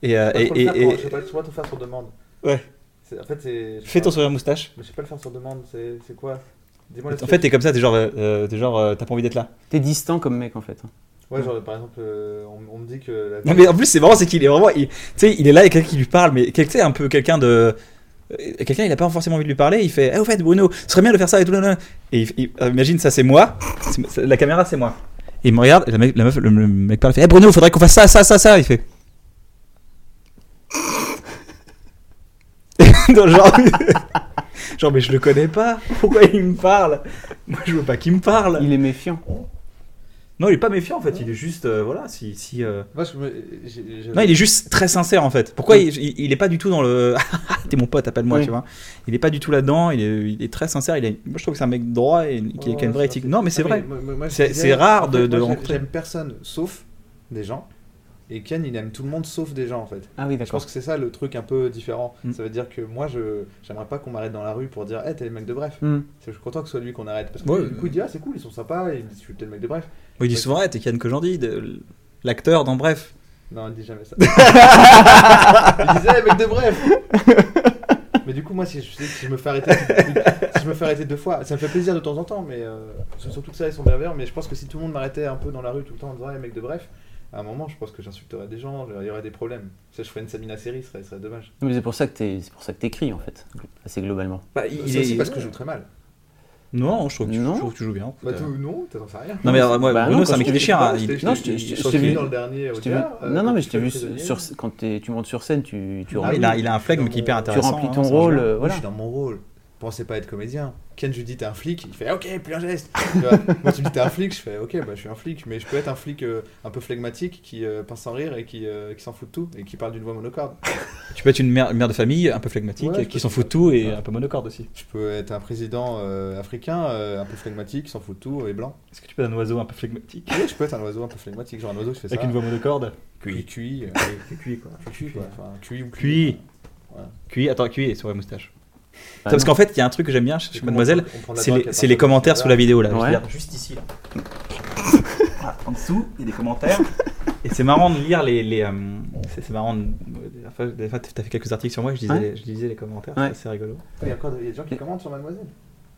Speaker 2: Et, euh,
Speaker 1: Pas
Speaker 2: et-
Speaker 1: trop le faire,
Speaker 2: et-
Speaker 1: pour-
Speaker 2: et-
Speaker 1: Je sais pas, tu vois, tout faire sur demande.
Speaker 2: Ouais.
Speaker 1: C'est- En fait, c'est. je sais
Speaker 2: fais ton
Speaker 1: pas.
Speaker 2: sourire moustache.
Speaker 1: Mais je sais pas le faire sur demande, c'est c'est quoi Dis-moi le
Speaker 2: En fait,
Speaker 1: sketch.
Speaker 2: t'es comme ça, t'es genre, euh, euh, t'es genre, euh, t'as pas envie d'être là.
Speaker 3: T'es distant comme mec en fait. hein.
Speaker 1: Ouais, genre par exemple, euh, on, on me dit que. la-
Speaker 2: Non mais en plus c'est marrant c'est qu'il est vraiment il, tu sais il est là avec quelqu'un qui lui parle mais quelqu'un tu sais, un peu quelqu'un de euh, quelqu'un il a pas forcément envie de lui parler il fait ah au fait Bruno ce serait bien de faire ça et tout là, là. et il- il- euh, imagine ça c'est moi C'est- c'est- la caméra c'est moi et il me regarde et la, mec- la meuf le, le mec parle il fait Eh, Bruno faudrait qu'on fasse ça ça ça ça il fait Dans le genre genre mais je le connais pas pourquoi il me parle moi je veux pas qu'il me parle
Speaker 3: Il est méfiant.
Speaker 2: non il est pas méfiant en fait il est juste euh, voilà si si euh,
Speaker 1: Moi, je me- j'ai- j'ai-
Speaker 2: non, il est juste très sincère en fait. Pourquoi il, il- il est pas du tout dans le t'es mon pote, appelle-moi,
Speaker 3: Oui.
Speaker 2: tu vois. Il est pas du tout là-dedans, il est, il est très sincère. Il est... Moi je trouve que c'est un mec droit et qui, qui a une vraie éthique. Non, mais c'est
Speaker 1: Ah,
Speaker 2: vrai.
Speaker 1: moi- moi- moi, je
Speaker 2: C'est-
Speaker 1: disais,
Speaker 2: c'est rare
Speaker 1: en
Speaker 2: de-
Speaker 1: fait,
Speaker 2: de
Speaker 1: moi, j'ai-
Speaker 2: rencontrer.
Speaker 1: J'aime personne sauf des gens Et Ken, il aime tout le monde sauf des gens en fait.
Speaker 3: Ah oui,
Speaker 1: Je
Speaker 3: d'accord.
Speaker 1: pense que c'est ça le truc un peu différent.
Speaker 2: Mm.
Speaker 1: Ça veut dire que moi, je j'aimerais pas qu'on m'arrête dans la rue pour dire, hey, t'es le mec de bref.
Speaker 3: Hmm.
Speaker 1: C'est- Je suis content que ce soit lui qu'on arrête. Parce que
Speaker 2: Mm. Ouais,
Speaker 1: du coup, il dit, ah, c'est cool, ils sont sympas, il dit, je suis peut-être le mec de bref.
Speaker 2: Oui, il dit souvent, ouais, t'es Ken que j'en dis, de- l'acteur dans Bref.
Speaker 1: Non, il dit jamais ça. il disait, mec de bref. mais du coup, moi, si je, si je me fais arrêter, si je me fais arrêter deux fois, ça me fait plaisir de temps en temps, mais euh, surtout que ça, ils sont bienveillants. Mais je pense que si tout le monde m'arrêtait un peu dans la rue tout le temps en disant, hey, mec de bref, à un moment, je pense que j'insulterais des gens, il y aurait des problèmes. Ça, je ferais une Samina série, ce serait, ce serait dommage.
Speaker 3: Mais c'est pour ça que t'es- c'est pour ça que t'écris en fait, assez globalement.
Speaker 2: Bah,
Speaker 1: Ça,
Speaker 2: il
Speaker 1: C'est aussi parce que je joue très mal.
Speaker 2: Non, je trouve que tu,
Speaker 3: Non.
Speaker 2: je trouve que tu joues bien.
Speaker 1: Bah, tout, non, t'en sais rien.
Speaker 2: Non, mais euh, moi,
Speaker 3: Bah non,
Speaker 2: Bruno,
Speaker 3: quand
Speaker 2: c'est un
Speaker 3: je
Speaker 2: mec qui
Speaker 3: t'ai-
Speaker 2: déchire. hein. Il-
Speaker 3: Non, je t'ai- je t'ai-
Speaker 1: je
Speaker 3: je t'ai vu-
Speaker 1: dans le dernier. au
Speaker 3: Je t'ai vu-
Speaker 1: théâtre, euh,
Speaker 3: non, non, mais je t'ai
Speaker 1: tu
Speaker 3: vu
Speaker 1: fais prisonnier.
Speaker 3: sur, quand t'es- tu montes sur scène, tu, tu,
Speaker 1: Ah
Speaker 2: Ah,
Speaker 3: remplis,
Speaker 2: il, a, il a un flegme qui est hyper
Speaker 1: Tu
Speaker 3: tu
Speaker 2: intéressant.
Speaker 3: remplis
Speaker 2: hein,
Speaker 3: ton
Speaker 2: c'est un
Speaker 3: rôle,
Speaker 2: joueur.
Speaker 3: euh,
Speaker 1: Moi,
Speaker 3: voilà.
Speaker 1: je suis dans mon rôle. Pensez pas être comédien. Ken, je lui dis t'es un flic, il fait ok, plus un geste. Tu vois. Moi, tu me dis t'es un flic, je fais ok, bah je suis un flic, mais je peux être un flic euh, un peu flegmatique qui euh, pince sans rire et qui, euh, qui s'en fout de tout et qui parle d'une voix monocorde.
Speaker 2: Tu peux être une mère, mère de famille un peu flegmatique
Speaker 1: Ouais, je
Speaker 2: qui
Speaker 1: peux-
Speaker 2: s'en fout de tout et
Speaker 1: Ouais.
Speaker 2: un peu monocorde aussi.
Speaker 1: Je peux être un président euh, africain euh, un peu flegmatique, qui s'en fout de tout et blanc.
Speaker 2: Est-ce que tu peux être un oiseau un peu flegmatique
Speaker 1: Ouais, je peux être un oiseau un peu flegmatique, genre un oiseau qui fait ça.
Speaker 2: avec une voix monocorde
Speaker 1: Cuit. Cuit, euh,
Speaker 2: Cuit, quoi.
Speaker 1: cuit, quoi. Enfin, cuit ou
Speaker 2: Cuit.
Speaker 1: Voilà.
Speaker 2: Cuit, attends, cuit et sur la moustache.
Speaker 3: Ah,
Speaker 2: Ça, parce
Speaker 3: non.
Speaker 2: qu'en fait, il y a un truc que j'aime bien
Speaker 1: Et
Speaker 2: chez
Speaker 1: comment
Speaker 2: Mademoiselle,
Speaker 1: on prend- on prend la
Speaker 2: c'est
Speaker 1: drogue
Speaker 2: les,
Speaker 1: à
Speaker 2: c'est
Speaker 1: partir
Speaker 2: les
Speaker 1: de-
Speaker 2: commentaires sous la vidéo là. Je
Speaker 3: Ouais.
Speaker 2: regarde juste ici là. Ah, en dessous, il y a des commentaires. Et c'est marrant de lire les. les, euh, c'est c'est marrant. De, la fois, la fois, t'as fait quelques articles sur moi, je lisais,
Speaker 3: Ouais.
Speaker 2: les, je lisais les commentaires,
Speaker 3: Ouais.
Speaker 2: c'est assez rigolo.
Speaker 1: Il y a encore des il y a des gens qui commentent sur Mademoiselle.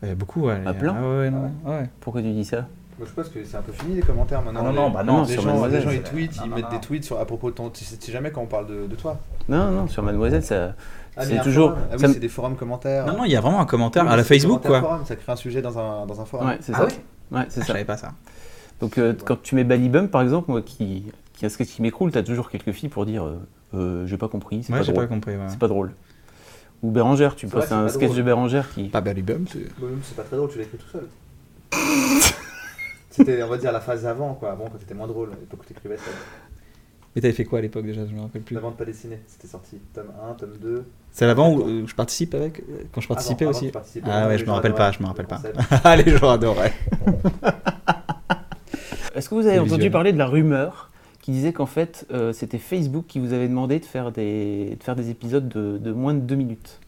Speaker 2: Il y a beaucoup, ouais.
Speaker 3: Ah, plein.
Speaker 2: Ah ouais, non, ouais.
Speaker 3: Pourquoi tu dis ça
Speaker 1: Moi, je pense que c'est un peu fini les commentaires maintenant.
Speaker 2: non,
Speaker 1: Les-
Speaker 2: non, bah
Speaker 3: non,
Speaker 2: non,
Speaker 1: les
Speaker 3: sur
Speaker 1: gens, les
Speaker 3: Mademoiselle,
Speaker 1: gens, ils
Speaker 2: c'est-
Speaker 1: tweetent,
Speaker 2: non,
Speaker 1: ils
Speaker 2: non,
Speaker 1: mettent
Speaker 2: non.
Speaker 1: des tweets sur, à propos de ton. Tu sais tu sais jamais quand on parle de, de toi.
Speaker 3: Non, non, sur Mademoiselle, ça,
Speaker 1: Ah, mais
Speaker 3: c'est
Speaker 1: un
Speaker 3: toujours.
Speaker 1: forum. Ah oui,
Speaker 3: ça me-
Speaker 1: c'est des forums commentaires.
Speaker 2: Non, non, il y a vraiment un commentaire
Speaker 1: Oui,
Speaker 2: à la
Speaker 1: c'est des
Speaker 2: Facebook,
Speaker 1: commentaires
Speaker 2: quoi.
Speaker 1: forum, ça crée un sujet dans un, dans un forum.
Speaker 3: Ouais, c'est
Speaker 2: Ah
Speaker 3: ça.
Speaker 2: ouais
Speaker 3: ouais, c'est
Speaker 2: Ah, je
Speaker 3: ça.
Speaker 2: savais pas ça.
Speaker 3: Donc euh, quand tu mets Balibum par exemple, moi qui, qui a ce qui m'écroule, t'as toujours quelques filles pour dire euh, Euh, j'ai pas compris, c'est
Speaker 2: Ouais,
Speaker 3: pas
Speaker 2: j'ai
Speaker 3: drôle.
Speaker 2: pas compris. Ouais.
Speaker 3: C'est pas drôle. Ou Bérangère, tu
Speaker 1: vrai,
Speaker 3: postes
Speaker 1: c'est
Speaker 3: un
Speaker 1: pas
Speaker 3: sketch
Speaker 1: drôle.
Speaker 3: de Bérangère qui.
Speaker 2: Pas Balibum, c'est.
Speaker 1: Bon, même, c'est pas très drôle, tu l'as écrit tout seul. C'était, on va dire, la phase avant, quoi. Avant, quand t'étais moins drôle, à l'époque où t'écrivais ça.
Speaker 2: Mais t'avais fait quoi à l'époque déjà Je me rappelle plus.
Speaker 1: Avant de pas dessiner, c'était sorti. Tome 1, tome 2.
Speaker 2: C'est l'avant où euh, je participe avec euh, Quand je participais
Speaker 1: Avant- avant
Speaker 2: aussi
Speaker 1: de participer.
Speaker 2: Ah ouais, je
Speaker 1: Les
Speaker 2: me
Speaker 1: gens
Speaker 2: rappelle pas,
Speaker 1: adoraient
Speaker 2: je me
Speaker 1: le
Speaker 2: rappelle pas.
Speaker 1: concept.
Speaker 2: Ah, les gens adoraient.
Speaker 3: Est-ce que vous avez
Speaker 2: C'est
Speaker 3: entendu
Speaker 2: visuel.
Speaker 3: parler de la rumeur qui disait qu'en fait euh, c'était Facebook qui vous avait demandé de faire des, de faire des épisodes de, de moins de deux minutes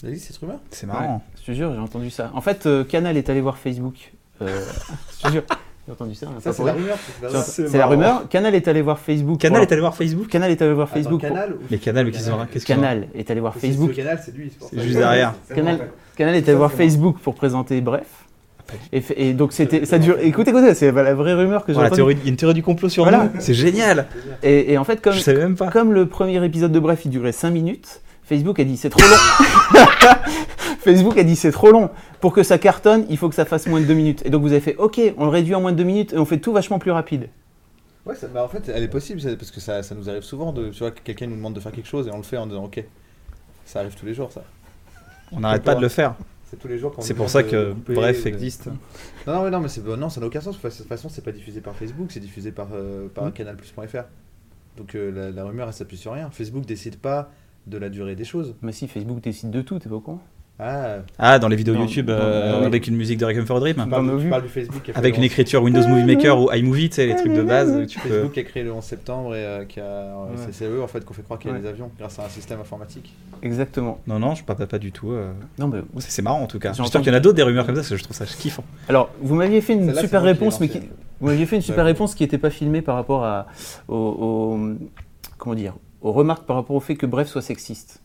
Speaker 1: T'as dit cette rumeur
Speaker 2: C'est marrant.
Speaker 3: Je te jure, j'ai entendu ça. En fait, euh, Canal est allé voir Facebook. euh, je te jure, j'ai entendu ça. hein,
Speaker 1: Ça,
Speaker 3: pas
Speaker 1: c'est
Speaker 3: pour
Speaker 1: la
Speaker 3: rien.
Speaker 1: rumeur. c'est la
Speaker 3: J'ai ent-
Speaker 1: rumeur.
Speaker 3: C'est la rumeur. Canal est allé voir Facebook.
Speaker 2: Canal
Speaker 3: pour
Speaker 2: est allé voir Facebook
Speaker 3: leur- Canal est allé voir
Speaker 1: Attends,
Speaker 3: Facebook. pour-
Speaker 1: Canal ou-
Speaker 2: Les canals, mais qu'est-ce qu'ils ont- qu'est-ce qu'ils ont
Speaker 3: Canal est allé voir
Speaker 1: C'est-
Speaker 3: Facebook.
Speaker 1: Le canal, c'est lui. pour
Speaker 2: C'est
Speaker 1: ça.
Speaker 2: juste derrière.
Speaker 3: Canal, Canal est allé voir Facebook pour présenter Bref. Et, fait- et donc c'était, ça dure. Écoutez, écoutez, c'est la vraie rumeur que j'ai
Speaker 2: Oh, la
Speaker 3: entendue.
Speaker 2: théorie, il y a une théorie du complot sur
Speaker 3: Voilà.
Speaker 2: nous. C'est génial.
Speaker 3: Et, et en fait, comme,
Speaker 2: Je savais même pas.
Speaker 3: comme le premier épisode de Bref, il durait 5 minutes, Facebook a dit c'est trop long. Facebook a dit c'est trop long. Pour que ça cartonne, il faut que ça fasse moins de 2 minutes. Et donc vous avez fait OK, on le réduit en moins de 2 minutes et on fait tout vachement plus rapide.
Speaker 1: Ouais, ça- bah, en fait, elle est possible, ça- parce que ça, ça nous arrive souvent de. Tu vois, que quelqu'un nous demande de faire quelque chose et on le fait en disant ok. Ça arrive tous les jours, ça.
Speaker 2: On n'arrête pas de le faire.
Speaker 1: C'est tous les jours qu'on
Speaker 2: C'est
Speaker 1: nous
Speaker 2: pour
Speaker 1: demande
Speaker 2: ça
Speaker 1: de-
Speaker 2: que
Speaker 1: de couper,
Speaker 2: Bref
Speaker 1: de-
Speaker 2: existe.
Speaker 1: Non, non, mais non, mais c'est- bah, non, ça n'a aucun sens. De toute façon, c'est pas diffusé par Facebook, c'est diffusé par, euh,
Speaker 2: Hmm.
Speaker 1: par canalplus.fr. Donc euh, la, la rumeur, elle s'appuie sur rien. Facebook décide pas de la durée des choses.
Speaker 3: Mais si Facebook décide de tout, t'es pas au courant
Speaker 1: Ah,
Speaker 2: Ah, dans les vidéos
Speaker 3: Non,
Speaker 2: YouTube
Speaker 3: non,
Speaker 2: euh,
Speaker 3: non, mais- Bah,
Speaker 2: avec une musique de Requiem for a
Speaker 1: tu
Speaker 2: Dream
Speaker 1: parles,
Speaker 3: nos
Speaker 1: tu
Speaker 3: vues.
Speaker 1: parles du Facebook qui a fait
Speaker 2: avec
Speaker 1: le
Speaker 2: une
Speaker 1: 11
Speaker 2: écriture Windows Movie Maker ou iMovie, tu sais, les trucs de base où tu peux
Speaker 1: Facebook qui a créé le 11 septembre et euh, qui a. euh,
Speaker 3: Ouais.
Speaker 1: c'est- C'est eux en fait qu'on fait croire qu'il y a
Speaker 3: Ouais.
Speaker 1: des avions grâce à un système informatique.
Speaker 3: Exactement.
Speaker 2: Non non, je parle pas- pas du tout. euh,
Speaker 3: Non, mais
Speaker 2: C'est c'est marrant en tout cas.
Speaker 3: J'ai
Speaker 2: J'espère qu'il y en a d'autres des rumeurs comme ça, parce que je trouve ça kiffant.
Speaker 3: alors vous m'aviez fait une
Speaker 1: Celle-là, c'est
Speaker 3: super
Speaker 1: moi qui l'ai
Speaker 3: réponse, mais
Speaker 1: lancée. hein.
Speaker 3: qui, vous m'aviez fait une super
Speaker 1: Ouais.
Speaker 3: réponse qui n'était pas filmée par rapport à au- au- comment dire aux remarques par rapport au fait que Bref soit sexiste.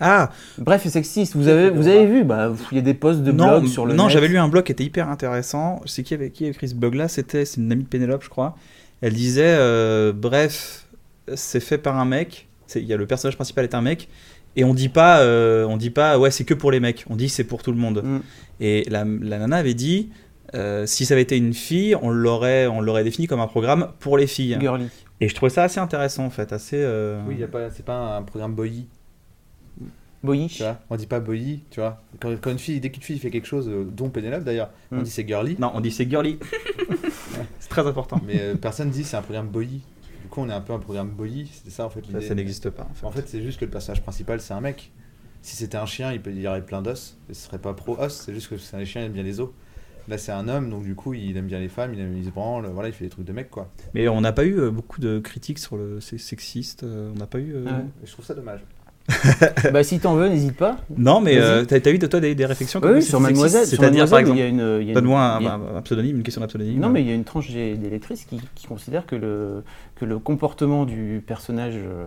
Speaker 2: Ah
Speaker 3: Bref et sexiste, vous avez, vous avez vu, bah, pff, il y a des posts de
Speaker 2: non,
Speaker 3: blog sur le
Speaker 2: non
Speaker 3: net.
Speaker 2: j'avais lu un blog qui était hyper intéressant. C'est qui avait qui avait écrit ce blog là C'était c'est une amie de Pénélope, je crois. Elle disait euh, bref, c'est fait par un mec. C'est- Il y a le personnage principal est un mec. Et on dit pas, euh, on dit pas, ouais, c'est que pour les mecs. On dit c'est pour tout le monde.
Speaker 3: Mm.
Speaker 2: Et la, la nana avait dit, euh, si ça avait été une fille, on l'aurait, on l'aurait défini comme un programme pour les filles.
Speaker 3: Girly.
Speaker 2: Et je trouvais ça assez intéressant en fait, assez. euh,
Speaker 1: Oui, y a pas, c'est pas un programme boyi,
Speaker 3: Boyish.
Speaker 1: tu vois. On dit pas boyi, tu vois. Quand, quand une fille, dès qu'une fille fait quelque chose, euh, dont Pénélope d'ailleurs, on
Speaker 3: Mm.
Speaker 1: dit c'est girly.
Speaker 2: Non, on dit c'est girly. c'est très important.
Speaker 1: Mais euh, personne dit c'est un programme boyi. Du coup, on est un peu un programme boyi. C'était ça en fait
Speaker 2: Ça,
Speaker 1: l'idée.
Speaker 2: ça n'existe pas. en fait.
Speaker 1: En fait, c'est juste que le personnage principal, c'est un mec. Si c'était un chien, il peut- il y aurait plein d'os. Et ce serait pas pro-os, c'est juste que c'est un chien, il aime bien les os. Là, c'est un homme, donc du coup, il aime bien les femmes, il, aime, il se branle, voilà, il fait des trucs de mec, quoi.
Speaker 2: Mais on n'a pas eu euh, beaucoup de critiques sur le c'est sexiste. euh, on n'a pas eu. euh,
Speaker 3: Ah ouais.
Speaker 1: Et je trouve ça dommage.
Speaker 3: Bah, si t'en veux, n'hésite pas.
Speaker 2: Non, mais
Speaker 3: Vas-y.
Speaker 2: euh, t'as t'as eu toi des, des réflexions
Speaker 3: Oui,
Speaker 2: comme
Speaker 3: oui,
Speaker 2: c'est
Speaker 3: sur
Speaker 2: sexiste
Speaker 3: Mademoiselle. sur
Speaker 2: C'est-à-dire, par
Speaker 3: Mademoiselle,
Speaker 2: exemple,
Speaker 3: il y a une- il y a une-
Speaker 2: donne-moi un,
Speaker 3: il y a-
Speaker 2: un- un pseudonyme, une question euh, d'un pseudonyme.
Speaker 3: Non, mais il y a une tranche des- des lectrices qui, qui considère que le, que le comportement du personnage euh,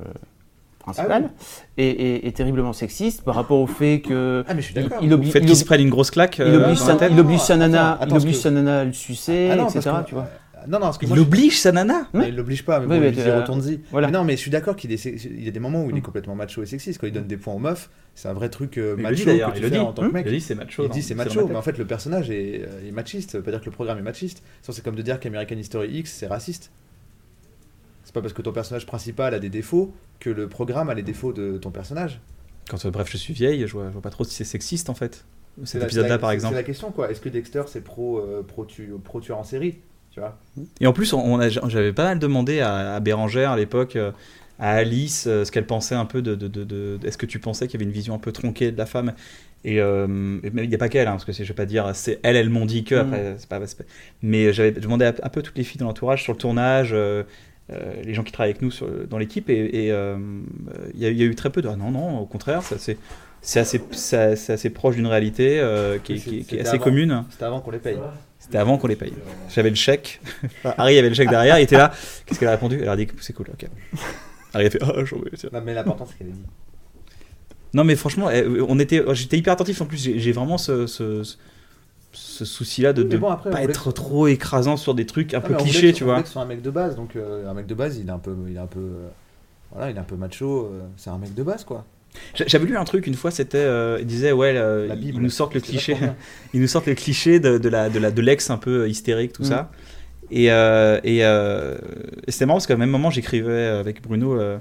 Speaker 3: principal
Speaker 1: Ah
Speaker 3: est, est- est terriblement sexiste par rapport au fait que.
Speaker 1: Ah, mais je suis
Speaker 3: il,
Speaker 1: d'accord.
Speaker 3: il
Speaker 2: Le
Speaker 3: obli-
Speaker 2: fait
Speaker 3: il
Speaker 2: qu'il
Speaker 3: obli-
Speaker 2: se prenne une grosse claque.
Speaker 3: il
Speaker 2: euh,
Speaker 3: oblige
Speaker 2: dans la
Speaker 3: sa-
Speaker 2: tête.
Speaker 3: il oblige sa nana,
Speaker 1: attends,
Speaker 3: il oblige
Speaker 1: parce que-
Speaker 3: sa nana à le sucer,
Speaker 1: Ah non, parce
Speaker 3: etc.
Speaker 1: que-
Speaker 3: Tu vois.
Speaker 1: Ah, Non, non, parce que moi,
Speaker 2: Il
Speaker 1: je-
Speaker 2: oblige sa nana.
Speaker 3: Ouais.
Speaker 1: Mais il l'oblige pas, mais
Speaker 3: Oui,
Speaker 1: bon,
Speaker 3: mais
Speaker 1: il lui dit
Speaker 3: t'es-
Speaker 1: retourne-y.
Speaker 3: voilà.
Speaker 1: Mais non, mais je suis d'accord qu'il est sex- il y a des moments où il
Speaker 3: Mm.
Speaker 1: est complètement macho et sexiste. Quand il donne des points aux meufs, c'est un vrai truc euh,
Speaker 2: Il le dit
Speaker 1: macho
Speaker 2: Bah, d'ailleurs,
Speaker 1: que
Speaker 2: il
Speaker 1: tu
Speaker 2: le
Speaker 1: fais
Speaker 2: dit. Hum. Mm.
Speaker 1: en tant que mec.
Speaker 2: Il dit c'est macho.
Speaker 1: Il
Speaker 2: dans-
Speaker 1: dit c'est
Speaker 2: dans ma
Speaker 1: macho, mais
Speaker 2: tête.
Speaker 1: en fait le personnage est, euh, est machiste. Ça veut pas dire que le programme est machiste. Sinon, c'est comme de dire qu'American History X c'est raciste. C'est pas parce que ton personnage principal a des défauts que le programme a les défauts de ton personnage.
Speaker 2: Quand euh, bref, je suis vieille, je vois, je vois pas trop si c'est sexiste en fait.
Speaker 1: C'est
Speaker 2: Cet
Speaker 1: la-
Speaker 2: épisode-là
Speaker 1: la-
Speaker 2: par
Speaker 1: c'est-
Speaker 2: exemple.
Speaker 1: C'est la question quoi. Est-ce que Dexter c'est pro, euh, pro, tu- pro tueur en série Tu vois
Speaker 2: Et en plus, on on a- j'avais pas mal demandé à, à Bérangère à l'époque, euh, à Alice, euh, ce qu'elle pensait un peu de. de- de- de- Est-ce que tu pensais qu'il y avait une vision un peu tronquée de la femme Et euh, et même, il n'y a pas qu'elle, hein, parce que c'est- je vais pas dire, c'est elle, elles m'ont
Speaker 1: Mm.
Speaker 2: dit que.
Speaker 3: Mhm.
Speaker 2: après, c'est pas- c'est pas- Mais j'avais demandé à, un peu toutes les filles dans l'entourage sur le tournage. euh, euh, les gens qui travaillent avec nous sur- dans l'équipe et et, euh, il y, a- il y a eu très peu de ah non non au contraire ça, c'est c'est assez ça- c'est assez proche d'une réalité euh, qui, est-
Speaker 1: C'est-
Speaker 2: qui est- qui est
Speaker 1: c'était
Speaker 2: assez
Speaker 1: avant.
Speaker 2: commune
Speaker 1: C'était avant qu'on les paye.
Speaker 2: c'était avant qu'on les paye. J'avais le chèque. Enfin, Harry avait le chèque derrière, il était là. Qu'est-ce qu'elle a répondu Elle a dit que c'est cool, ok. Harry a fait Ah, j'en veux, tiens.
Speaker 1: Non mais l'important c'est qu'elle ait dit.
Speaker 2: Non, mais franchement, eh, on était, j'étais hyper attentif en plus. J'ai j'ai vraiment ce, ce, ce- ce souci-là de
Speaker 1: Oui, mais
Speaker 2: ne
Speaker 1: bon, après, on
Speaker 2: pas
Speaker 1: voulait-
Speaker 2: être trop écrasant sur des trucs un
Speaker 1: Ah,
Speaker 2: peu
Speaker 1: mais on voulait
Speaker 2: clichés,
Speaker 1: que-
Speaker 2: tu
Speaker 1: on
Speaker 2: vois.
Speaker 1: voulait que ce soit un mec de base, donc euh, un mec de base, il est un peu, il est un peu, euh, voilà, il est un peu macho. euh, c'est un mec de base, quoi.
Speaker 2: J'a- J'avais lu un truc une fois, c'était. euh, il disait, ouais, euh,
Speaker 1: La
Speaker 2: ils-
Speaker 1: Bible,
Speaker 2: ils nous sortent le
Speaker 1: c'était
Speaker 2: cliché.
Speaker 1: vachement bien.
Speaker 2: ils nous sortent le cliché de, de la de la de l'ex un peu euh, hystérique
Speaker 1: Mm.
Speaker 2: tout ça et euh, et, euh, et c'était marrant parce qu'au même moment j'écrivais avec Bruno euh,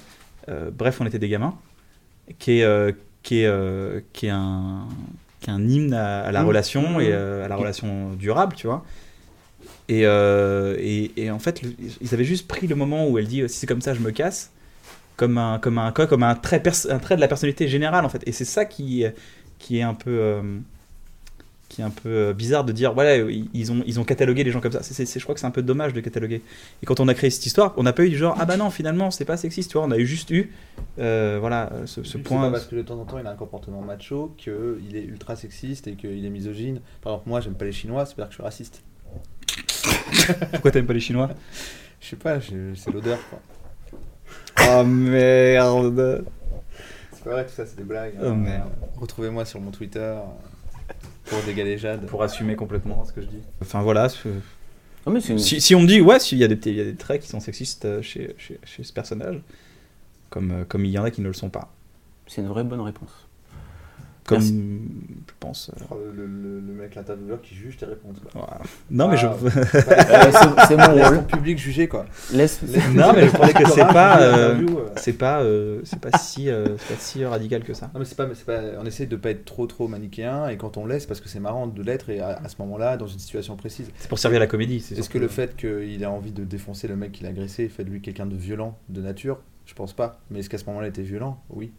Speaker 2: euh, bref on était des gamins qui est euh, qui est euh, qui est un qui est un hymne à, à la
Speaker 1: Mm.
Speaker 3: Mhm.
Speaker 2: relation
Speaker 3: Mhm.
Speaker 2: et euh, à la relation durable tu vois et, euh, et, et en fait le- ils avaient juste pris le moment où elle dit si c'est comme ça je me casse comme un comme un comme un trait pers- un trait de la personnalité générale en fait et c'est ça qui qui est un peu euh, qui est un peu euh, bizarre de dire voilà ils ils ont ils ont catalogué les gens comme ça c'est, c'est- c'est- je crois que c'est un peu dommage de cataloguer et quand on a créé cette histoire on n'a pas eu du genre ah bah non finalement c'est pas sexiste tu vois on a eu juste eu euh, voilà euh, ce, ce
Speaker 1: C'est
Speaker 2: point
Speaker 1: pas parce que de temps en temps, il a un comportement macho que il est ultra sexiste et qu'il est misogyne. Par exemple, moi, j'aime pas les Chinois, c'est parce que je suis raciste.
Speaker 2: pourquoi t'aimes pas les chinois
Speaker 1: Je sais pas, je- c'est l'odeur, quoi.
Speaker 2: oh merde
Speaker 1: C'est pas vrai, tout ça, c'est des blagues. hein.
Speaker 2: Oh, merde.
Speaker 1: Retrouvez-moi sur mon Twitter euh, pour des galéjades.
Speaker 2: pour assumer complètement ce que je dis enfin voilà ce-
Speaker 3: Non, mais c'est une-
Speaker 2: si, si on me dit ouais s'il y a des petits- il y a des traits qui sont sexistes euh, chez, chez, chez ce personnage comme euh, comme il y en a qui ne le sont pas
Speaker 3: c'est une vraie bonne réponse.
Speaker 2: comme
Speaker 3: Merci.
Speaker 2: je pense euh,
Speaker 1: Oh, Le, le- le- le mec, l'intervieweur qui juge tes réponses. quoi.
Speaker 2: voilà. non mais
Speaker 1: Ah,
Speaker 2: je
Speaker 3: Euh, c'est- c'est mon
Speaker 1: Laisse
Speaker 3: rôle.
Speaker 1: ton public juger, quoi.
Speaker 3: Laisse.
Speaker 1: Laisse-
Speaker 2: Non, mais je pensais que c'est pas, euh,
Speaker 1: L'interview, euh,
Speaker 2: c'est pas euh, c'est pas si euh, c'est pas si radical que ça
Speaker 1: Non, Ah, mais c'est pas, mais c'est pas, on essaie de pas être trop trop manichéen et quand on laisse, parce que c'est marrant de l'être et à, à ce moment-là, dans une situation précise.
Speaker 2: c'est pour servir la comédie c'est
Speaker 1: Est-ce
Speaker 2: surtout-
Speaker 1: que le fait qu'il a envie de défoncer le mec qu'il a agressé fait de lui quelqu'un de violent de nature Je pense pas. Mais est-ce qu'à ce moment-là, il était violent Oui.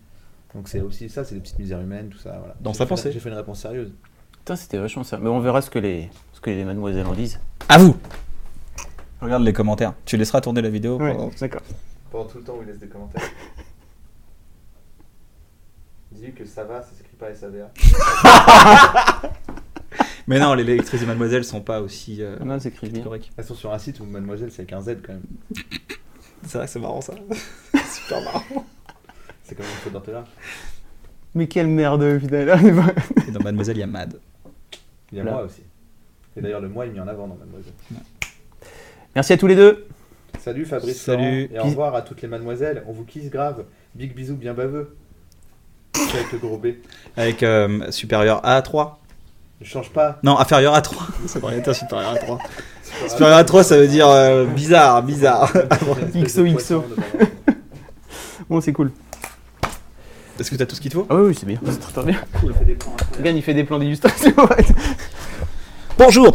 Speaker 1: Donc c'est aussi ça, c'est des petites misères humaines, tout ça. Voilà.
Speaker 2: Dans
Speaker 1: J'ai
Speaker 2: sa
Speaker 1: fait-
Speaker 2: pensée.
Speaker 1: J'ai fait une réponse sérieuse.
Speaker 3: Putain, c'était vachement ça. Mais on verra ce que les, ce que les mademoiselles en disent.
Speaker 2: à vous regarde les commentaires tu laisseras tourner la vidéo pendant-
Speaker 3: d'accord.
Speaker 1: Pendant tout le temps où il laisse des commentaires. Dis-lui que ça va, ça s'écrit pas SAVA.
Speaker 2: mais non les lectrices et mademoiselles sont pas aussi euh,
Speaker 3: Non, c'est écrit bien.
Speaker 2: catégoriques
Speaker 1: Elles sont sur un site où Mademoiselle, c'est avec un Z quand même.
Speaker 2: c'est vrai que c'est marrant ça super marrant
Speaker 1: C'est comme une faute d'orthographe.
Speaker 3: Mais quelle merde au final.
Speaker 2: et dans mademoiselle il y a Mad
Speaker 1: Il y a
Speaker 3: Voilà.
Speaker 1: moi aussi. Et d'ailleurs, le moi est mis en avant dans Mademoiselle.
Speaker 3: Merci à tous les deux.
Speaker 1: Salut Fabrice.
Speaker 2: Salut.
Speaker 1: Laurent, et au revoir à toutes les mademoiselles. On vous kiss grave. Big bisous bien baveux. Avec le gros B.
Speaker 2: avec euh, supérieur à 3
Speaker 1: Je change pas.
Speaker 2: non inférieur à 3 ça devrait être supérieur à 3 supérieur à 3 ça veut dire euh, bizarre bizarre
Speaker 3: XO, XO. Bon, c'est cool.
Speaker 2: est-ce que t'as tout ce qu'il te faut
Speaker 3: Ah oui, oui, c'est bien. C'est très, très bien. Cool. Gagne, il fait des plans d'illustration. ouais.
Speaker 2: bonjour